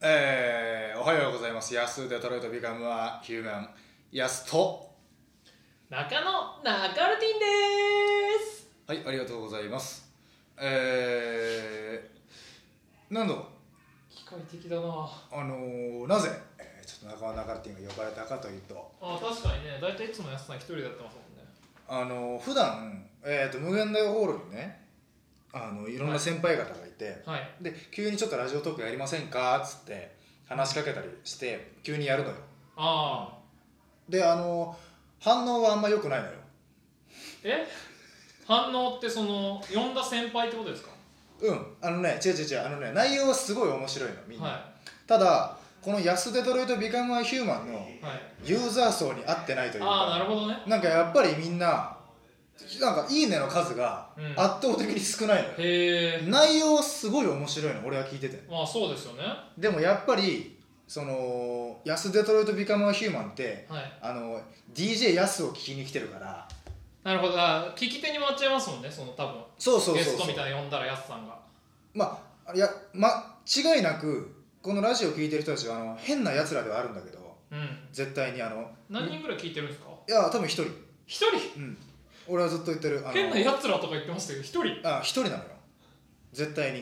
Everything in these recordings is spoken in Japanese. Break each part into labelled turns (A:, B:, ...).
A: えーおはようございます。ヤスデトロイトビカムはヒューマン。ヤスと。
B: 中野中ルティンです
A: はい、ありがとうございます。えー、なんだ
B: 機械的だなあ
A: あのーなぜ、えーちょっと中尾中っていうのが呼ばれたかというと、
B: 確かにね大体いつも安さん一人でやってますもんね
A: あのー普段、えー、と無限大ホールにね、あのいろんな先輩方がいて、
B: はい
A: で、急にちょっとラジオトークやりませんかっつって話しかけたりして、急にやるのよ。
B: ああ
A: で、あのー反応はあんま良くないのよ。
B: え反応ってその呼んだ先輩ってことですか
A: うん、あのね、違う違う違う、あのね、内容はすごい面白いの、みんな。
B: は
A: ただ、この安デトロイト・ビカム・ア・ヒューマンの
B: いはい
A: ユーザー層に合ってないというか、
B: ああなるほどね
A: なんかやっぱりみんな、なんかいいねの数が
B: うん
A: 圧倒的に少ないのよ。
B: へえ
A: 内容はすごい面白いの、俺は聞いてて。
B: まあそうですよねは
A: でもやっぱり、その、安デトロイト・ビカム・ア・ヒューマンって、
B: い
A: あの、DJ 安を聞きに来てるから、
B: なるほどあー聞き手に回っちゃいますもんねその多分
A: そうそう
B: ゲ
A: そう
B: スト
A: そう
B: み。たいな呼んだら安さんが
A: まあ、いや、間違いなく、このラジオ聞いてる人たちはあの変なやつらではあるんだけど、
B: うん
A: 絶対にあの
B: 何人ぐらい聞いてるんですか
A: いや多分一人
B: 一
A: うん俺はずっと言ってるあ
B: 人
A: の
B: 変なやつらとか言ってましたけど一人
A: あ一人なのよ絶対に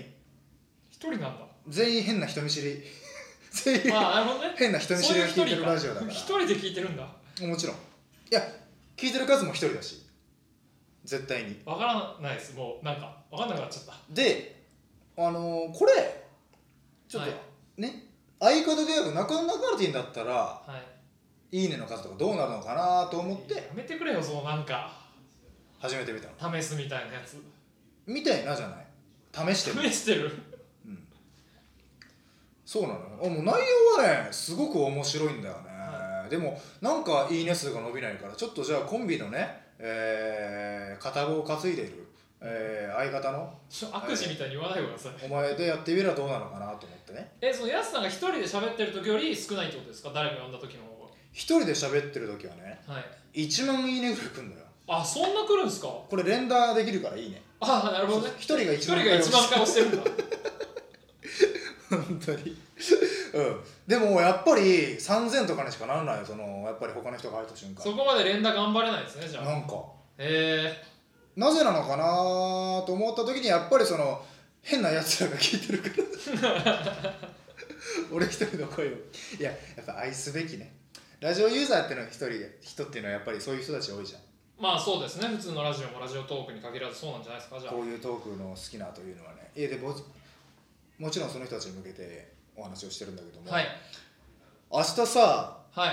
B: 一人なん だ
A: 全員変な人見知り 全員
B: まあなるほどね
A: 変な人見知りが聞いてるラジオだか
B: 一人で聞いてるんだ
A: らもちろんいや聞いてる数も一人だし絶対に
B: わからないですもうなんかわかんなくなっちゃった
A: であのーこれちょっと、
B: は
A: ね相方である中野中ルティンだったら
B: はい
A: いいねの数とかどうなるのかなと思っ
B: や
A: て
B: めてくれよそのなんか
A: 始めてみたの
B: 試すみたいなやつ
A: みたいなじゃない試してみ
B: 試してる
A: うんそうなのよあもう内容はねすごく面白いんだよね、
B: は
A: でもなんかいいね数が伸びないからちょっとじゃあコンビのね、えー、片棒を担いでいる、えー相方の
B: ちょ悪事みたいに言わないでください
A: お前でやってみればどうなのかなと思ってね
B: えそのやすさんが一人で喋ってる時より少ないってことですか誰か呼んだ時の方
A: 一人で喋ってる時はね
B: がはい
A: 1万いいねぐらい来るんだよ
B: あそんな来るんですか
A: これ連打できるからいいね
B: あなるほどね
A: 一人が
B: 一
A: 一
B: 人
A: 番
B: が一番顔して るんだ
A: 本当にうんでもやっぱり3000とかにしかなんないよそのやっぱり他の人が入った瞬間
B: そこまで連打頑張れないですねじゃ
A: な
B: あ
A: んか
B: え
A: なぜなのかなと思った時にやっぱりその変なやつらが聞いてるから 俺一人の声をいややっぱ愛すべきねラジオユーザーってのは一人で人っていうのはやっぱりそういう人たち多いじゃん
B: ー、まあそうですね普通のラジオもラジオトークに限らずそうなんじゃないですかじゃあ
A: こういうトークの好きなというのはねいやでももちろんその人たちに向けてお話をしてるんだけども、
B: はい
A: 明日さ
B: はい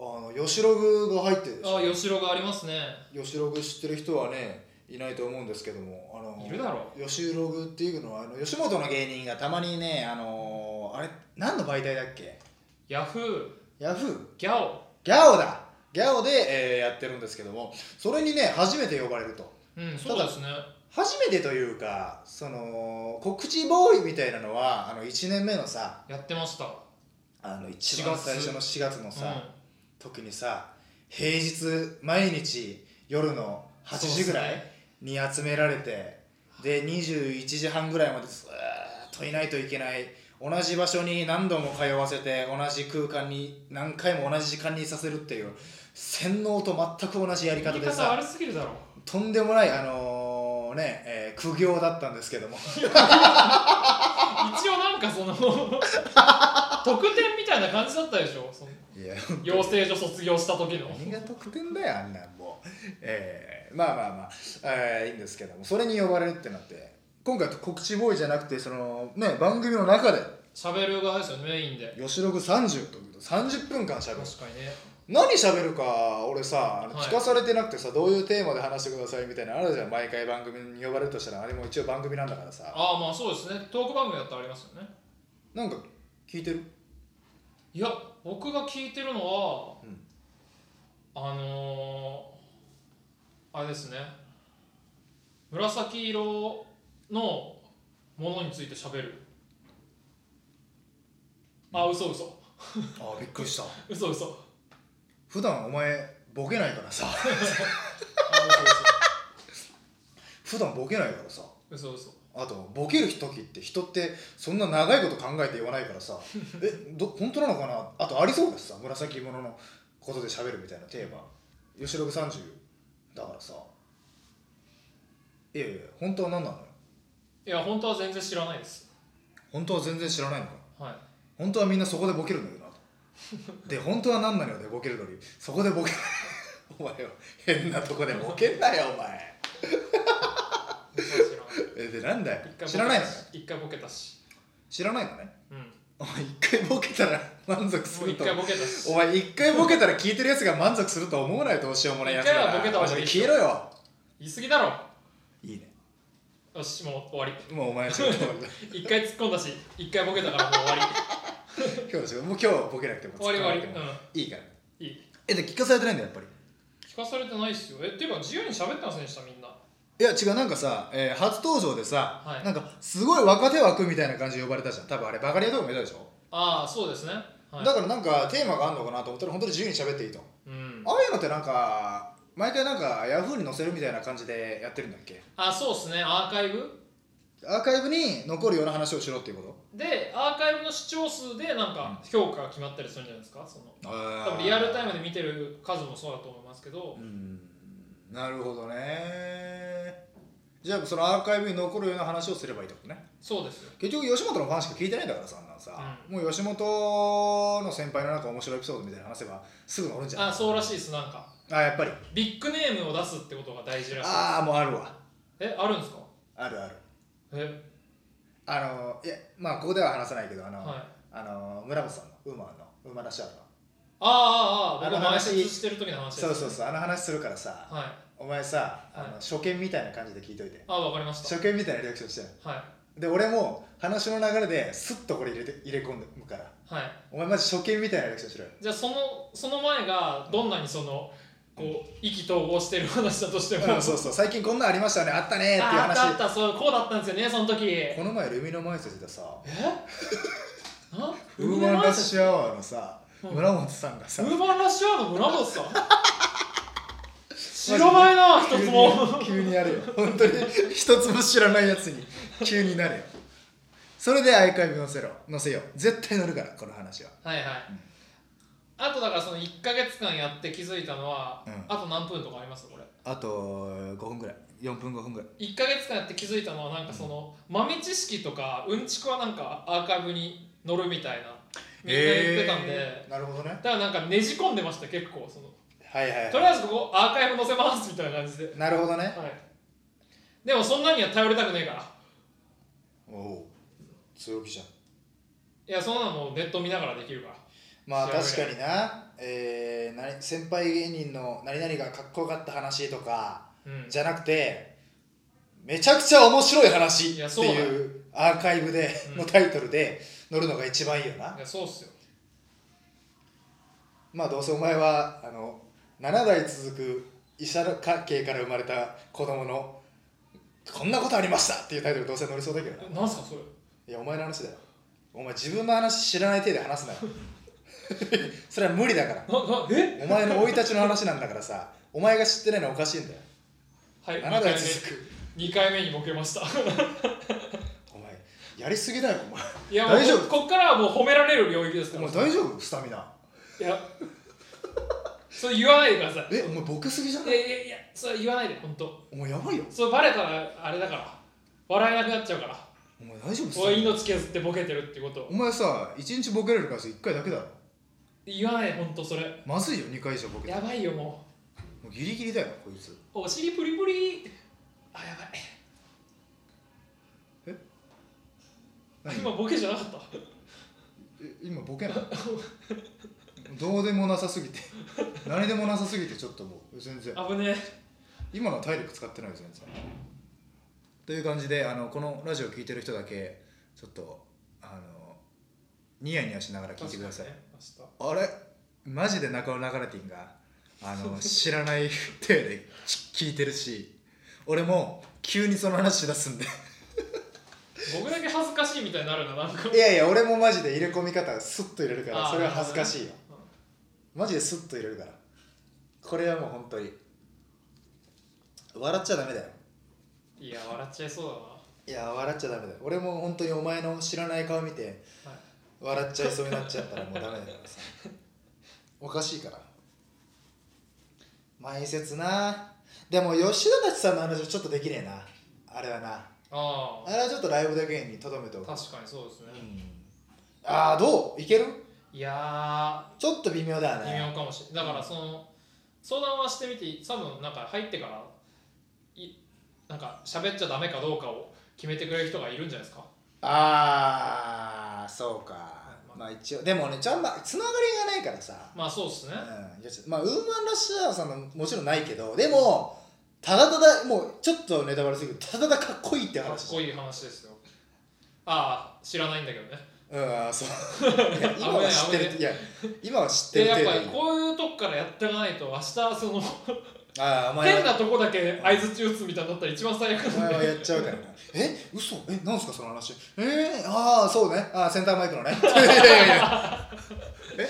A: あの吉ログが入ってるでし
B: あ
A: ょ
B: 吉郎がありますね
A: 吉ログ知ってる人はねいないと思うんですけどもあの
B: いるだろ
A: 吉ログっていうのはあの吉本の芸人がたまにねあのーあれ何の媒体だっけ
B: ヤフー
A: ヤフー
B: ギャオ
A: ギャオだギャオで、えーやってるんですけどもそれにね初めて呼ばれると
B: うんそうですね
A: 初めてというかその告知ボーイみたいなのはあの1年目のさ
B: やってました
A: あの一番
B: 4月
A: 最初の4月のさ、時にさ平日毎日夜の8時ぐらいに集められてで21時半ぐらいまでずーっといないといけない同じ場所に何度も通わせて同じ空間に何回も同じ時間にいさせるっていう洗脳と全く同じやり
B: うん、
A: 方
B: 言い
A: で
B: 方
A: さ
B: 悪すぎるだろ
A: とんでもないあのーね、えー苦行だったんですけども
B: 一応なんか その特典みたいな感じだったでしょその
A: いや
B: 養成所卒業した時の
A: 何が得点だよあんなんもう、えーまあまあまあ、えーいいんですけどもそれに呼ばれるってなって今回告知ボーイじゃなくてそのね番組の中で
B: 喋る側ですよねメインで
A: 「吉六30」というと30分間しゃべる
B: 確かにね
A: 何しゃべるか俺さあの
B: はい
A: 聞かされてなくてさ、どういうテーマで話してくださいみたいなのあるじゃん毎回番組に呼ばれるとしたらあれも一応番組なんだからさ
B: ああまあそうですねトーク番組だったらありますよね
A: なんか聞いてる
B: いや僕が聞いてるのは、
A: うん
B: あのー、あれですね紫色のものについて喋るあ嘘嘘
A: あびっくりした
B: 嘘嘘
A: 普段お前ボケないからさ
B: あ嘘嘘
A: 普段ボケないからさ
B: 嘘嘘
A: あとボケる時って人ってそんな長いこと考えて言わないから さえど本当なのかなあとありそうですさ紫色のことで喋るみたいなテーマ吉六30だからさいやいや本当は何なのよ
B: いや本当は全然知らないです
A: 本当は全然知らないのか
B: はい
A: 本当はみんなそこでボケるんだよな とで本当は何なのよでボケるの にそこでボケお前よ変なとこでボケんなよお前
B: 本当は知らない
A: えでなんだよ
B: 一回ボケたし
A: 知らないのね
B: 一回ボケたし
A: 知らないのねお前一回ボケたら
B: うん
A: 満足す
B: もう
A: る
B: 一
A: と
B: 回ボケたし
A: お前一回ボケたら聞いてるやつが満足すると思うなよどうしようもないやつだから
B: 一回はボケた方がいい
A: お前消えろよ
B: 言い過ぎだろ
A: いいね
B: よしもう終わり
A: もうお前ちょっと
B: 一回突っ込んだし一回ボケたからもう終 わり
A: 今日でしょもう今日はボケなくても
B: 終わり終わり
A: 使わなくてもいいから
B: うんいい
A: えで聞かされてないんだやっぱり
B: 聞かされてないっすよえっていうか自由に喋ってませんでしたみんない
A: や違うなんかさ、えー初登場でさ、
B: はい
A: なんかすごい若手枠みたいな感じで呼ばれたじゃん多分あれバカリアとかもいたでしょ、
B: ああそうですねはい
A: だからなんかテーマがあるのかなと思ったら本当に自由に喋っていいと
B: うん
A: ああいうのってなんか毎回なんかヤフーに載せるみたいな感じでやってるんだっけ
B: あそうですねアーカイブ
A: アーカイブに残るような話をしろっていうこ
B: でアーカイブの視聴数でなんか評価が決まったりするんじゃないですかその
A: と
B: 多分リアルタイムで見てる数もそうだと思いますけど
A: うんなるほどねじゃあそのアーカイブに残るような話をすればいいってことね
B: そうですよ
A: 結局吉本のファンしか聞いてないんだからさあんなんさ、もう吉本の先輩のなんか面白いエピソードみたいなの話せばすぐ乗るんじゃない
B: あそうらしいですなんか
A: あやっぱり
B: ビッグネームを出すってことが大事らしいです
A: ああもうあるわ
B: えあるんですか
A: あるある
B: え
A: あのいやまあここでは話さないけどあの、
B: はい
A: あの村本さんのウーマンのウーマンラッシュアワーの
B: ああああ
A: あ
B: 僕
A: の
B: 前
A: 話
B: 説してる時の話です
A: そうそうそうあの話するからさ
B: はい
A: お前さあの、
B: はい
A: 初見みたいな感じで聞いといて
B: あわかりました
A: 初見みたいなリアクションしてる
B: はい
A: で俺も話の流れですっとこれ入れて入れ込んでむから
B: はい
A: お前まず初見みたいなリアクションしろよ
B: じゃあそのその前がどんなにそのこう意気投合してる話だとして も、
A: うん そうそう最近こんなんありましたねあったねっていう
B: ああったあ
A: 話
B: ったそうこうだったんですよねその時え
A: この前ルミの前説でさ
B: な
A: ウーマンラッ
B: ュ
A: シュアワーのさ
B: うん
A: 村本さんが
B: ウ
A: さ
B: ーマンラッシュアワーの村 本さん知らないな一つも
A: 急に急にやるよ本当に一つも知らないやつに急になるよそれでアーカイブ載せろ載せよう絶対載るからこの話は
B: はいはい、
A: うん
B: あとだからその1か月間やって気づいたのは、
A: うん
B: あと何分とかありますこれ
A: あと5分ぐらい4分5分ぐらい
B: 1か月間やって気づいたのはなんかその、豆知識とかうんちくはなんかアーカイブに載るみたいなみんな言ってたんで、
A: なるほどね
B: だからなんかねじ込んでました結構その
A: はいはい、
B: とりあえずここアーカイブ載せますみたいな感じで、
A: なるほどね
B: はい、でもそんなには頼りたくねえから
A: おお強気じゃん
B: いやそんなのもうネット見ながらできるから
A: まあ
B: 強い
A: 確かに
B: ね
A: な,、えー、なに先輩芸人の何々がかっこよかった話とか
B: うん
A: じゃなくてめちゃくちゃ面白い話っ
B: い
A: て
B: やそうだよ
A: いうアーカイブで
B: うん、
A: のタイトルで載るのが一番いいよない
B: やそうっすよ
A: まあどうせお前はあの7代続く医者家系から生まれた子供の「こんなことありました!」っていうタイトルどうせ載りそうだけどな
B: えなんすかそれ
A: いやお前の話だよお前自分の話知らない手で話すなよ それは無理だから
B: ななえ
A: お前の生い立ちの話なんだからさお前が知ってないのはおかしいんだよ
B: はい
A: 7代続く
B: 2回目にボケました
A: お前やりすぎだよお前
B: いやもう
A: 大丈夫
B: ここっからはもう褒められる領域です
A: お
B: から
A: 前大丈夫スタミナ
B: いやそれ言わないでください
A: えお前ボケすぎじゃ
B: い
A: な
B: や
A: い
B: いやいやそれ言わないで本当
A: お前やばいよ
B: それバレたらあれだから笑えなくなっちゃうから
A: お前大丈夫スタ
B: 俺
A: ミナ
B: 命削ってボケてるってことを
A: お前さ一日ボケれる回数1回だけだろ
B: 言わないで本当それ
A: まずいよ2回以上ボケて
B: やばいよも
A: もうギリギリだよこいつ
B: うお尻プリプリあやばい
A: 何
B: 今ボケじゃなかった
A: え今ボケない どうでもなさすぎて何でもなさすぎてちょっともう全然
B: 危ねえ
A: 今のは体力使ってないよ全然という感じであのこのラジオ聞いてる人だけちょっとあのニヤニヤしながら聞いてください、
B: 確かにね明日
A: あれマジで中尾流れてんがあの知らない手で聞いてるし俺も急にその話しだすんで
B: 僕だけ恥ずかしいみたいになるななんか
A: いやいや俺もマジで入れ込み方スッと入れるから
B: あー
A: それは恥ずかしいよ
B: なるほどね
A: マジでスッと入れるからこれはもう本当に笑っちゃダメだよ
B: うんいや笑っちゃいそうだな
A: いや笑っちゃダメだよ俺も本当にお前の知らない顔見て
B: はい
A: 笑っちゃいそうになっちゃったらもうダメだからさおかしいから前説なでも吉田たちさんの話はちょっとできねえなあれはな
B: あ
A: あれはちょっとライブだけにとどめてお
B: あ
A: く
B: 確かにそうですね、
A: うんああどういける
B: いや
A: ちょっと微妙だよ
B: ー
A: ね
B: 微妙かもしれないだからその相談はしてみて多分なんか入ってからいなんか喋っちゃダメかどうかを決めてくれる人がいるんじゃないですか
A: ああそうか
B: まあ
A: まあ一応でもねちょあんまつながりがないからさ、
B: まあそうですね
A: うんいやちょまあウーマンラッシュアワーさんのもちろんないけどでもただただもうちょっとネタバレするけどただただかっこいいって
B: かっ
A: 話
B: こいい話ですよああ知らないんだけどね
A: うんあーそういや 今は知って
B: 危ない危な
A: るいや今は知って
B: で
A: る程
B: やっぱ
A: 度
B: り
A: に
B: こういうとこからやっていかないと明日その
A: ああお前
B: 変な
A: は
B: とこだけ相づち打つみたいになったら一番最悪
A: お前はやっちゃうからなえ嘘えなんすかその話えー、ああそうねあーセンターマイクの ね いやいやいやえ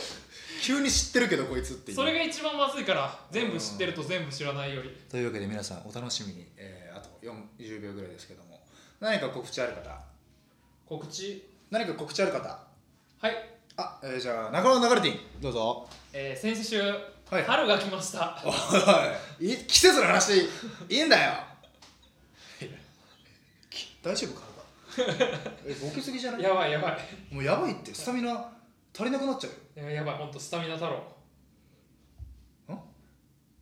A: 急に知ってるけどこいつっていう
B: それが一番まずいから全部知ってると全部知らないより
A: というわけで皆さんお楽しみに、えーあと40秒ぐらいですけども何か告知ある方
B: 告知
A: 何か告知ある方
B: はい、
A: あ、えーじゃあ中野流れていいどうぞ
B: えー、先週、
A: はい
B: 春が来ました
A: おいい季節の話いいんだよき大丈夫か体えボケすぎじゃない
B: やばいやばい
A: もうやばいってスタミナ足りなくなっちゃうよ
B: いややばいほんとスタミナ太郎
A: ん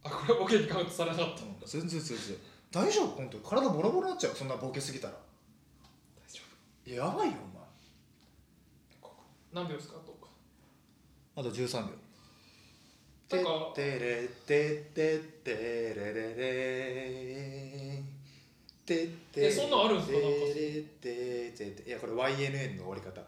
B: あこれボケにカウントされなかった
A: うん全然全然大丈夫本当に体ボロボロになっちゃうそんなボケすぎたら
B: 大丈夫
A: いややばいよ
B: 何秒ですかどうか
A: お前あと13秒
B: な
A: て
B: んか
A: ってれてってってれれれてって
B: えそんなんあるんすかなんか
A: てれてってっていやこれ YNN の終わり方